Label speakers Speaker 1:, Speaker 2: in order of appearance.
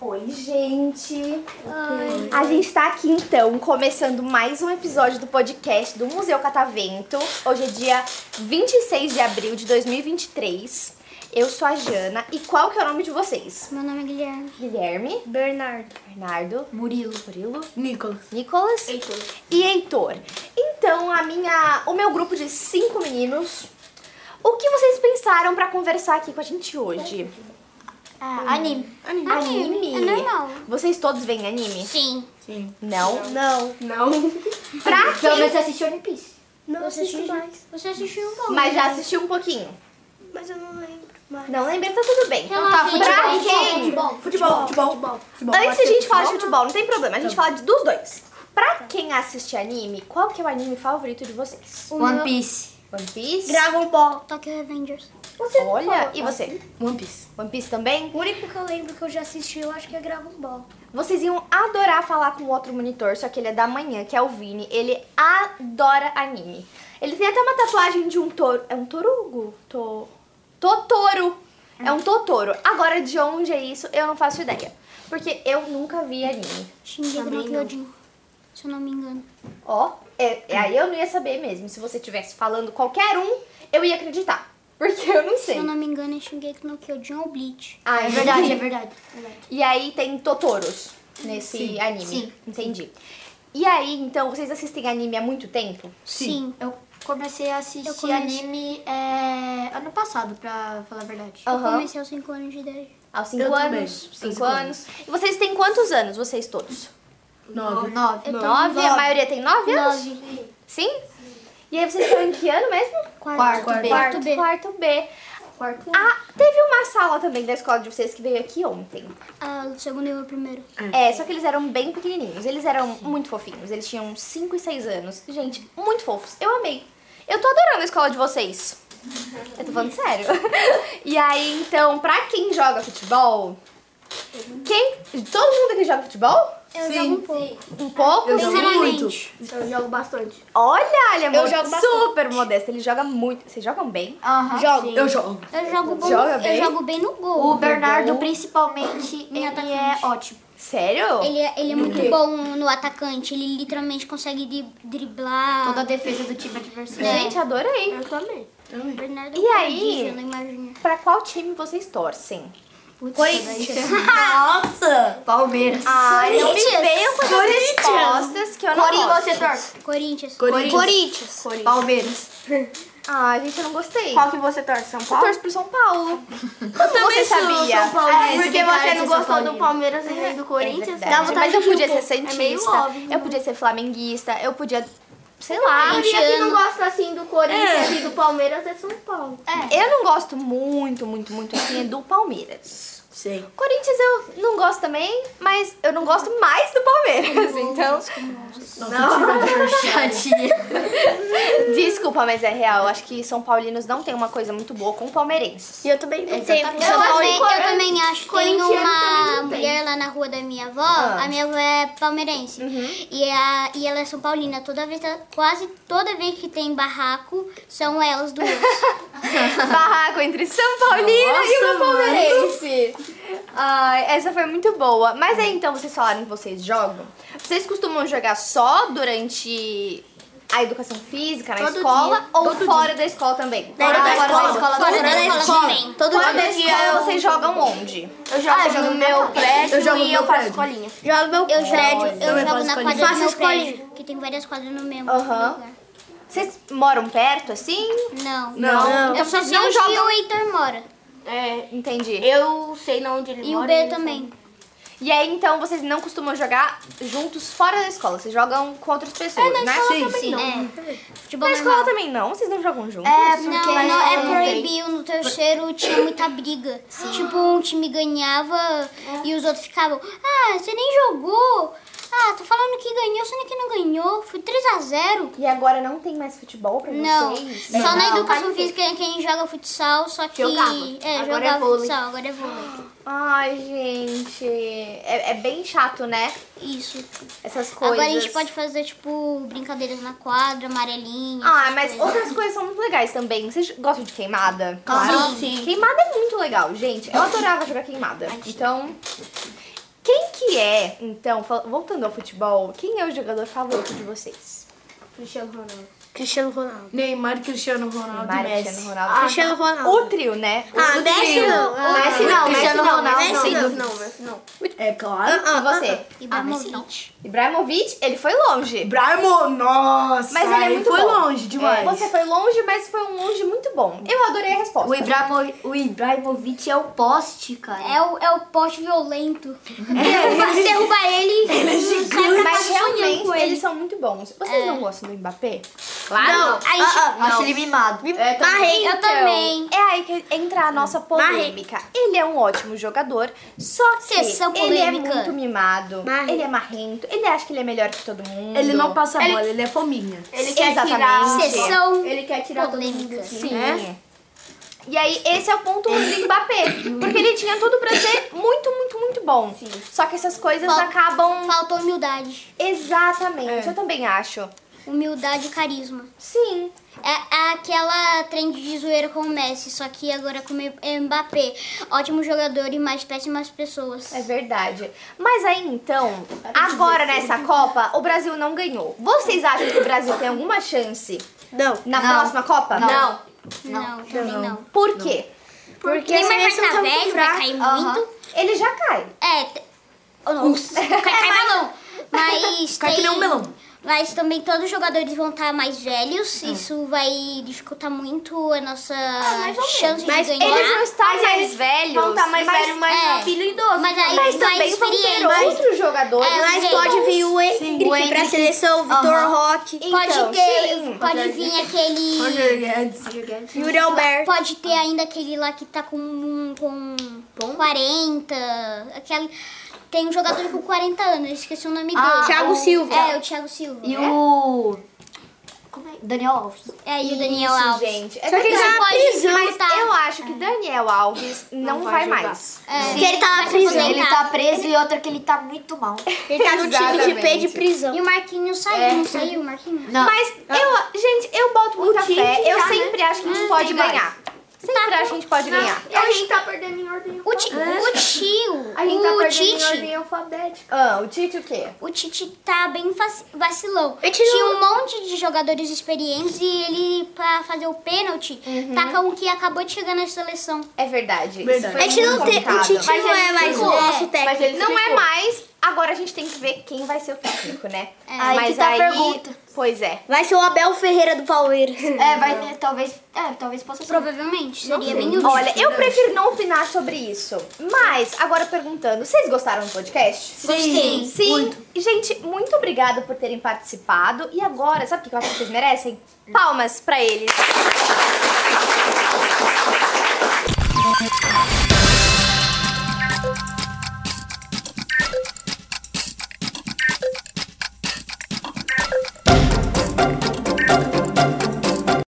Speaker 1: Oi, gente. A gente tá aqui então, começando mais um episódio do podcast do Museu Catavento. Hoje é dia 26 de abril de 2023. Eu sou a Jana e qual que é o nome de vocês?
Speaker 2: Meu nome é Guilherme.
Speaker 1: Guilherme,
Speaker 2: Bernardo.
Speaker 1: Bernardo,
Speaker 2: Murilo.
Speaker 1: Murilo,
Speaker 2: Nicolas.
Speaker 1: Nicolas
Speaker 2: Heitor.
Speaker 1: e Heitor. Então, a minha, o meu grupo de cinco meninos, o que vocês pensaram pra conversar aqui com a gente hoje?
Speaker 2: Ah, anime. Anime.
Speaker 1: Anime.
Speaker 2: É normal.
Speaker 1: Vocês todos veem anime?
Speaker 2: Sim.
Speaker 1: Não.
Speaker 3: Não. Não.
Speaker 1: Pra
Speaker 2: Pelo
Speaker 1: quem?
Speaker 2: menos você assistiu One Piece.
Speaker 3: Não
Speaker 2: Você
Speaker 3: assisti
Speaker 2: assistiu
Speaker 3: mais.
Speaker 2: Você assistiu um pouco.
Speaker 1: Mas já assistiu um pouquinho.
Speaker 3: Mas eu não lembro mais.
Speaker 1: Não lembrei, tá tudo bem.
Speaker 2: Então
Speaker 1: tá,
Speaker 2: tá,
Speaker 1: pra
Speaker 2: futebol,
Speaker 1: quem?
Speaker 2: futebol,
Speaker 1: futebol, futebol. Antes de a gente falar de futebol, não tem problema, a gente fala de- dos dois. Pra quem assiste anime, qual que é o anime favorito de vocês?
Speaker 4: One Piece.
Speaker 1: One Piece?
Speaker 3: Dragon Ball.
Speaker 2: Tokyo Avengers.
Speaker 1: Olha, e você?
Speaker 4: One Piece.
Speaker 1: One Piece também?
Speaker 3: O único que eu lembro que eu já assisti, eu acho que é Dragon Ball.
Speaker 1: Vocês iam adorar falar com o outro monitor, só que ele é da manhã, que é o Vini. Ele adora anime. Ele tem até uma tatuagem de um touro. É um torugo? To... Totoro! É um Totoro. Agora, de onde é isso, eu não faço ideia. Porque eu nunca vi anime.
Speaker 2: Shingeki no Kyojin. Se eu não me engano.
Speaker 1: Ó, é, é, aí eu não ia saber mesmo. Se você estivesse falando qualquer um, eu ia acreditar. Porque eu não
Speaker 2: Se
Speaker 1: sei.
Speaker 2: eu não me engano, é Shingeki no Kyojin ou Bleach.
Speaker 1: Ah,
Speaker 4: É verdade, é verdade.
Speaker 1: E aí tem Totoros nesse anime.
Speaker 4: sim.
Speaker 1: Entendi. E aí, então, vocês assistem anime há muito tempo?
Speaker 4: Sim. Eu comecei a assistir
Speaker 2: Eu comecei.
Speaker 4: anime é, ano passado, pra falar a verdade.
Speaker 2: Eu
Speaker 1: Aham.
Speaker 2: comecei aos 5 anos de idade.
Speaker 1: Aos 5
Speaker 4: Eu também.
Speaker 1: anos?
Speaker 4: Aos
Speaker 1: 5
Speaker 4: cinco
Speaker 1: anos. E vocês têm quantos anos, vocês todos?
Speaker 4: Nove. Nove.
Speaker 2: Eu
Speaker 1: 9? A maioria tem 9 anos?
Speaker 2: Nove.
Speaker 1: Sim? E aí vocês estão em que ano mesmo?
Speaker 2: Quarto,
Speaker 4: Quarto B. um.
Speaker 2: Quarto B.
Speaker 1: Quarto B.
Speaker 3: Quarto.
Speaker 1: Ah, teve uma sala também da escola de vocês que veio aqui ontem.
Speaker 2: Ah, o segundo e o primeiro.
Speaker 1: É, só que eles eram bem pequenininhos. Eles eram muito fofinhos. Eles tinham 5 e 6 anos. Gente, muito fofos. Eu amei. Eu tô adorando a escola de vocês. Eu tô falando sério. E aí, então, pra quem joga futebol... Quem... Todo mundo aqui joga futebol?
Speaker 2: Eu jogo um pouco.
Speaker 1: Um pouco?
Speaker 4: Eu jogo
Speaker 2: Sinceramente.
Speaker 4: muito.
Speaker 3: Eu jogo bastante.
Speaker 1: Olha, ele é mo-
Speaker 3: jogo bastante.
Speaker 1: super modesto. Ele joga muito. Vocês jogam bem?
Speaker 4: Aham.
Speaker 3: Jogo.
Speaker 4: Eu jogo.
Speaker 2: Eu jogo bom.
Speaker 1: Joga bem?
Speaker 2: Eu jogo bem no gol.
Speaker 4: O Bernardo, principalmente, ele é ótimo.
Speaker 1: Sério?
Speaker 2: Ele, é-
Speaker 1: Hum.
Speaker 2: ele é muito bom no atacante, ele literalmente consegue dri- driblar.
Speaker 4: Toda a defesa do time
Speaker 3: É.
Speaker 4: adversário.
Speaker 1: Gente, adorei.
Speaker 3: Eu também.
Speaker 2: O Bernardo
Speaker 1: E
Speaker 2: é um
Speaker 1: aí?
Speaker 2: prodígio, eu não imagino.
Speaker 1: Pra qual time vocês torcem?
Speaker 4: Corinthians.
Speaker 3: Nossa!
Speaker 4: Palmeiras.
Speaker 1: Ah, não me
Speaker 2: Corinthians.
Speaker 1: venham com essas respostas que eu não gosto.
Speaker 4: torce?
Speaker 2: Corinthians.
Speaker 4: Corinthians.
Speaker 2: Corinthians.
Speaker 4: Palmeiras.
Speaker 1: Ah, gente, eu não gostei.
Speaker 3: Qual que você torce? São
Speaker 1: Eu
Speaker 3: Paulo? É,
Speaker 1: torço pro São Paulo. Como você sabia?
Speaker 4: Palmeiras.
Speaker 3: porque você não gostou do Palmeiras e nem do
Speaker 1: É
Speaker 3: Corinthians?
Speaker 1: verdade. Mas eu podia ser
Speaker 3: É meio
Speaker 1: santista,
Speaker 3: óbvio.
Speaker 1: eu podia ser flamenguista, eu podia, sei lá.
Speaker 3: A maioria que não gosta assim do Corinthians e do Palmeiras é São Paulo.
Speaker 1: Eu não gosto muito, muito, muito assim do Palmeiras.
Speaker 4: Sim.
Speaker 1: Corinthians eu não gosto também, mas eu não gosto mais do Palmeiras, então.
Speaker 4: Chatinha.
Speaker 1: Desculpa, mas é real. Eu Acho que São Paulinos não tem uma coisa muito boa com palmeirenses.
Speaker 3: E eu também não tenho. porque
Speaker 2: Eu
Speaker 3: São Paulo
Speaker 2: também,
Speaker 3: e
Speaker 2: eu
Speaker 3: Corinthians.
Speaker 2: também acho. Tem
Speaker 3: corintiano também
Speaker 2: uma
Speaker 3: não tem.
Speaker 2: mulher lá na rua da minha avó.
Speaker 1: Ah. Uhum.
Speaker 2: A minha avó é palmeirense. E, a, e ela é São Paulina. Toda vez, quase toda vez que tem barraco, são elas duas.
Speaker 1: Barraco entre São Paulino e uma
Speaker 4: Nossa,
Speaker 1: palmeirense. Ai, essa foi muito boa. Mas aí então vocês falaram que vocês jogam. Vocês costumam jogar só durante a educação física na
Speaker 4: Todo
Speaker 1: escola
Speaker 4: dia,
Speaker 1: ou fora da escola também? Ah,
Speaker 3: Fora da
Speaker 1: fora
Speaker 3: escola,
Speaker 1: fora
Speaker 2: Fora da escola também.
Speaker 3: Todo
Speaker 1: Fora
Speaker 3: mundo
Speaker 1: da
Speaker 3: aqui é
Speaker 2: um
Speaker 1: escola
Speaker 3: o-
Speaker 1: vocês jogam onde?
Speaker 3: Eu jogo,
Speaker 4: Ah, eu jogo
Speaker 3: no
Speaker 4: no
Speaker 3: meu
Speaker 4: meu
Speaker 3: prédio
Speaker 4: Eu jogo
Speaker 3: e
Speaker 4: no
Speaker 3: eu
Speaker 4: meu
Speaker 3: faço
Speaker 4: prédio.
Speaker 3: colinha.
Speaker 1: Jogo meu
Speaker 2: Eu jogo,
Speaker 1: é
Speaker 2: eu jogo
Speaker 4: faço
Speaker 2: na
Speaker 4: escolinha.
Speaker 2: quadra do
Speaker 3: Faço
Speaker 2: meu
Speaker 3: escolinha.
Speaker 2: prédio, que tem várias quadras no mesmo
Speaker 1: Aham.
Speaker 2: lugar.
Speaker 1: Vocês moram perto assim?
Speaker 2: Não.
Speaker 4: Não.
Speaker 2: Eu
Speaker 1: Então
Speaker 2: só
Speaker 1: vocês
Speaker 2: sei
Speaker 1: não
Speaker 2: onde
Speaker 1: jogam.
Speaker 2: o Heitor mora.
Speaker 3: É,
Speaker 1: Entendi.
Speaker 3: eu sei não onde ele
Speaker 2: E
Speaker 3: mora.
Speaker 2: o
Speaker 3: eu
Speaker 2: B
Speaker 3: sei.
Speaker 2: também.
Speaker 1: E aí então vocês não costumam jogar juntos fora da escola, vocês jogam com outras pessoas, né?
Speaker 4: Sim, sim.
Speaker 2: É. Futebol
Speaker 1: Na escola
Speaker 2: normal.
Speaker 1: também não? Vocês não jogam juntos?
Speaker 4: É, porque...
Speaker 2: Não, não, é proibido. No terceiro tinha muita briga. Tipo, um time ganhava e os outros ficavam. Ah, você nem jogou. Ah, tô falando que ganhou, sendo que não ganhou. Foi 3x0.
Speaker 1: E agora não tem mais futebol pra
Speaker 2: Não,
Speaker 1: vocês?
Speaker 2: só na
Speaker 4: Não,
Speaker 2: educação
Speaker 4: quase
Speaker 2: física quem joga futsal, só que.
Speaker 3: Jogava.
Speaker 2: É,
Speaker 3: Agora é
Speaker 2: jogava
Speaker 3: vôlei.
Speaker 2: futsal, agora é vôlei.
Speaker 1: Ai, gente. É, é bem chato, né?
Speaker 2: Isso.
Speaker 1: Essas coisas.
Speaker 2: Agora a gente pode fazer, tipo, brincadeiras na quadra, amarelinha.
Speaker 1: Ah,
Speaker 2: essas
Speaker 1: mas
Speaker 2: coisas.
Speaker 1: outras coisas são muito legais também. Vocês gostam de queimada?
Speaker 3: Sim. Sim.
Speaker 1: Queimada é muito legal, gente. Eu adorava jogar queimada. Então, quem que é, então, fal- voltando ao futebol, quem é o jogador favorito de vocês?
Speaker 3: Cristiano Ronaldo.
Speaker 5: Cristiano Ronaldo.
Speaker 4: Neymar, Cristiano Ronaldo
Speaker 1: Neymar,
Speaker 4: e Messi.
Speaker 1: Cristiano
Speaker 3: Ah,
Speaker 1: Ronaldo.
Speaker 5: Ah, Cristiano Ronaldo.
Speaker 1: O trio, né?
Speaker 5: Ah, Messi não.
Speaker 3: O Messi não, Messi
Speaker 5: Cristiano
Speaker 3: não,
Speaker 5: Ronaldo,
Speaker 3: Messi
Speaker 5: não.
Speaker 3: não, não, Messi não.
Speaker 4: É claro.
Speaker 1: E
Speaker 3: Ah,
Speaker 1: você?
Speaker 2: Ibrahimovic.
Speaker 1: Ibrahimovic, ele foi longe.
Speaker 4: Braimo, nossa.
Speaker 1: Mas ele é muito
Speaker 4: foi
Speaker 1: bom. É.
Speaker 4: longe demais.
Speaker 1: Você foi longe, mas foi um longe muito bom. Eu adorei a resposta.
Speaker 3: O, Ibrahimo, o Ibrahimovic é o poste, cara.
Speaker 2: É o, é o poste violento. derruba, derruba ele. Ele é gigante.
Speaker 1: Mas realmente
Speaker 2: com ele.
Speaker 1: eles são muito bons. Vocês não gostam do Mbappé?
Speaker 2: Claro. Não, a gente-
Speaker 3: Ah, ah, acho ele mimado.
Speaker 1: É, também.
Speaker 2: eu também.
Speaker 1: É aí que entra a nossa polêmica. Ele é um ótimo jogador, só que
Speaker 2: Sessão
Speaker 1: ele é
Speaker 2: polêmica.
Speaker 1: muito mimado,
Speaker 5: Marrento.
Speaker 1: ele é marrento, ele acha que ele é melhor que todo mundo.
Speaker 4: Ele não passa a bola, ele é fominha.
Speaker 3: Ele quer
Speaker 1: Exatamente.
Speaker 3: tirar...
Speaker 2: Sessão
Speaker 3: Ele quer tirar todo mundo
Speaker 2: polêmica.
Speaker 3: assim.
Speaker 1: Sim. né? E aí, esse é o ponto do Mbappé. Porque ele tinha tudo pra ser muito, muito, muito bom. Só que essas coisas
Speaker 2: Fal-
Speaker 1: acabam.
Speaker 2: Faltou humildade.
Speaker 1: Exatamente, eu também acho.
Speaker 2: Humildade e carisma.
Speaker 1: Sim.
Speaker 2: É aquela trend de zoeira com o Messi, só que agora com o Mbappé. Ótimo jogador e mais péssimas pessoas.
Speaker 1: É verdade. Mas aí então, agora nessa Copa, o Brasil não ganhou. Vocês acham que o Brasil tem alguma chance
Speaker 5: Não.
Speaker 1: na próxima Copa?
Speaker 3: Não.
Speaker 2: Não, também não.
Speaker 1: Por quê?
Speaker 5: Porque
Speaker 2: Tem
Speaker 5: a
Speaker 2: mais
Speaker 5: seleção tá
Speaker 2: carta
Speaker 5: muito
Speaker 2: velho, vai
Speaker 5: fraca.
Speaker 2: cair
Speaker 3: Aham.
Speaker 2: muito.
Speaker 1: Ele já cai.
Speaker 2: É. te- Ou não. Cai, cai melão. Mas.
Speaker 4: Cai que
Speaker 2: tem-
Speaker 4: nem um melão.
Speaker 2: Mas também todos os jogadores vão estar mais velhos. Isso vai dificultar muito a nossa chance
Speaker 1: Mas
Speaker 2: de ganhar.
Speaker 1: eles não estão mais velhos.
Speaker 3: Vão tá mais
Speaker 1: mas-
Speaker 3: velho, mais
Speaker 2: é.
Speaker 3: rápido e idoso.
Speaker 2: Mas aí
Speaker 1: Mas
Speaker 2: vai
Speaker 1: também vão
Speaker 2: experiência.
Speaker 1: ter outros jogadores.
Speaker 2: É,
Speaker 5: Mas
Speaker 2: Sim.
Speaker 5: pode vir o Henrique
Speaker 3: O
Speaker 5: pra
Speaker 3: Henrique.
Speaker 5: seleção, é o Vitor
Speaker 3: Aham.
Speaker 5: Roque,
Speaker 2: Pode
Speaker 1: Então,
Speaker 2: ter,
Speaker 1: sim.
Speaker 2: pode vir aquele.
Speaker 4: Roger Guedes.
Speaker 5: Yuri Alberto.
Speaker 2: Pode ter ainda aquele lá que tá com, um- com 40. Aquele, tem um jogador com 40 anos, eu esqueci o nome
Speaker 3: Ah,
Speaker 2: dele.
Speaker 5: Thiago
Speaker 2: O-
Speaker 5: Silva. um
Speaker 2: É, o Thiago Silva.
Speaker 3: E o... Como é? Daniel Alves.
Speaker 2: É, e o Daniel
Speaker 1: Isso,
Speaker 2: Alves.
Speaker 1: gente. É
Speaker 5: Só que ele
Speaker 1: verdade.
Speaker 5: tá na
Speaker 2: pode
Speaker 5: prisão,
Speaker 1: mas
Speaker 2: tá?
Speaker 1: eu acho que Daniel Alves não, vai,
Speaker 4: vai jogar.
Speaker 1: mais.
Speaker 2: É,
Speaker 5: Porque ele tá na
Speaker 2: vai se
Speaker 5: prisão.
Speaker 3: Ele
Speaker 2: aposentar.
Speaker 3: tá preso e outra que ele tá muito mal.
Speaker 5: Ele tá no time de P de
Speaker 1: Exatamente.
Speaker 5: prisão.
Speaker 2: E o Marquinhos saiu,
Speaker 3: É.
Speaker 2: não saiu o Marquinhos?
Speaker 3: Não.
Speaker 1: Mas eu, gente, eu boto muita
Speaker 5: time
Speaker 1: fé.
Speaker 5: que
Speaker 1: Eu
Speaker 5: tá,
Speaker 1: sempre acho que a gente pode ganhar. Sempre acho que a gente pode ganhar.
Speaker 3: a gente tá perdendo em ordem
Speaker 2: Tá O, ti, o tio,
Speaker 3: A gente tá
Speaker 2: o
Speaker 3: perdendo em
Speaker 2: Tite,
Speaker 3: ordem alfabética.
Speaker 1: Ah, o Tite o quê?
Speaker 2: o Tite tá bem vaci- vacilão.
Speaker 5: Eu tiro-
Speaker 2: Tinha um monte de jogadores experientes e ele, pra fazer o pênalti,
Speaker 3: Uhum.
Speaker 2: tá com o que acabou de chegar na seleção.
Speaker 1: É verdade. isso
Speaker 4: Verdade.
Speaker 1: foi
Speaker 5: A gente não
Speaker 1: muito
Speaker 5: tem, o
Speaker 1: contado.
Speaker 5: Tite não é mais o nosso
Speaker 1: Mas ele
Speaker 5: técnico.
Speaker 1: não é mais. Agora a gente tem que ver quem vai ser o técnico, né?
Speaker 3: Aí
Speaker 1: Mas
Speaker 3: que tá a
Speaker 1: aí,
Speaker 3: pergunta.
Speaker 1: pois é.
Speaker 5: Vai ser o Abel Ferreira do Palmeiras.
Speaker 3: É, vai ter, talvez, é, talvez possa ser.
Speaker 2: Provavelmente, seria bem útil.
Speaker 1: Olha, eu prefiro não opinar sobre isso. Mas agora perguntando, vocês gostaram do podcast?
Speaker 2: Gostei.
Speaker 1: Sim. Gente, muito obrigada por terem participado. E agora, sabe o que eu acho que vocês merecem? Palmas pra eles.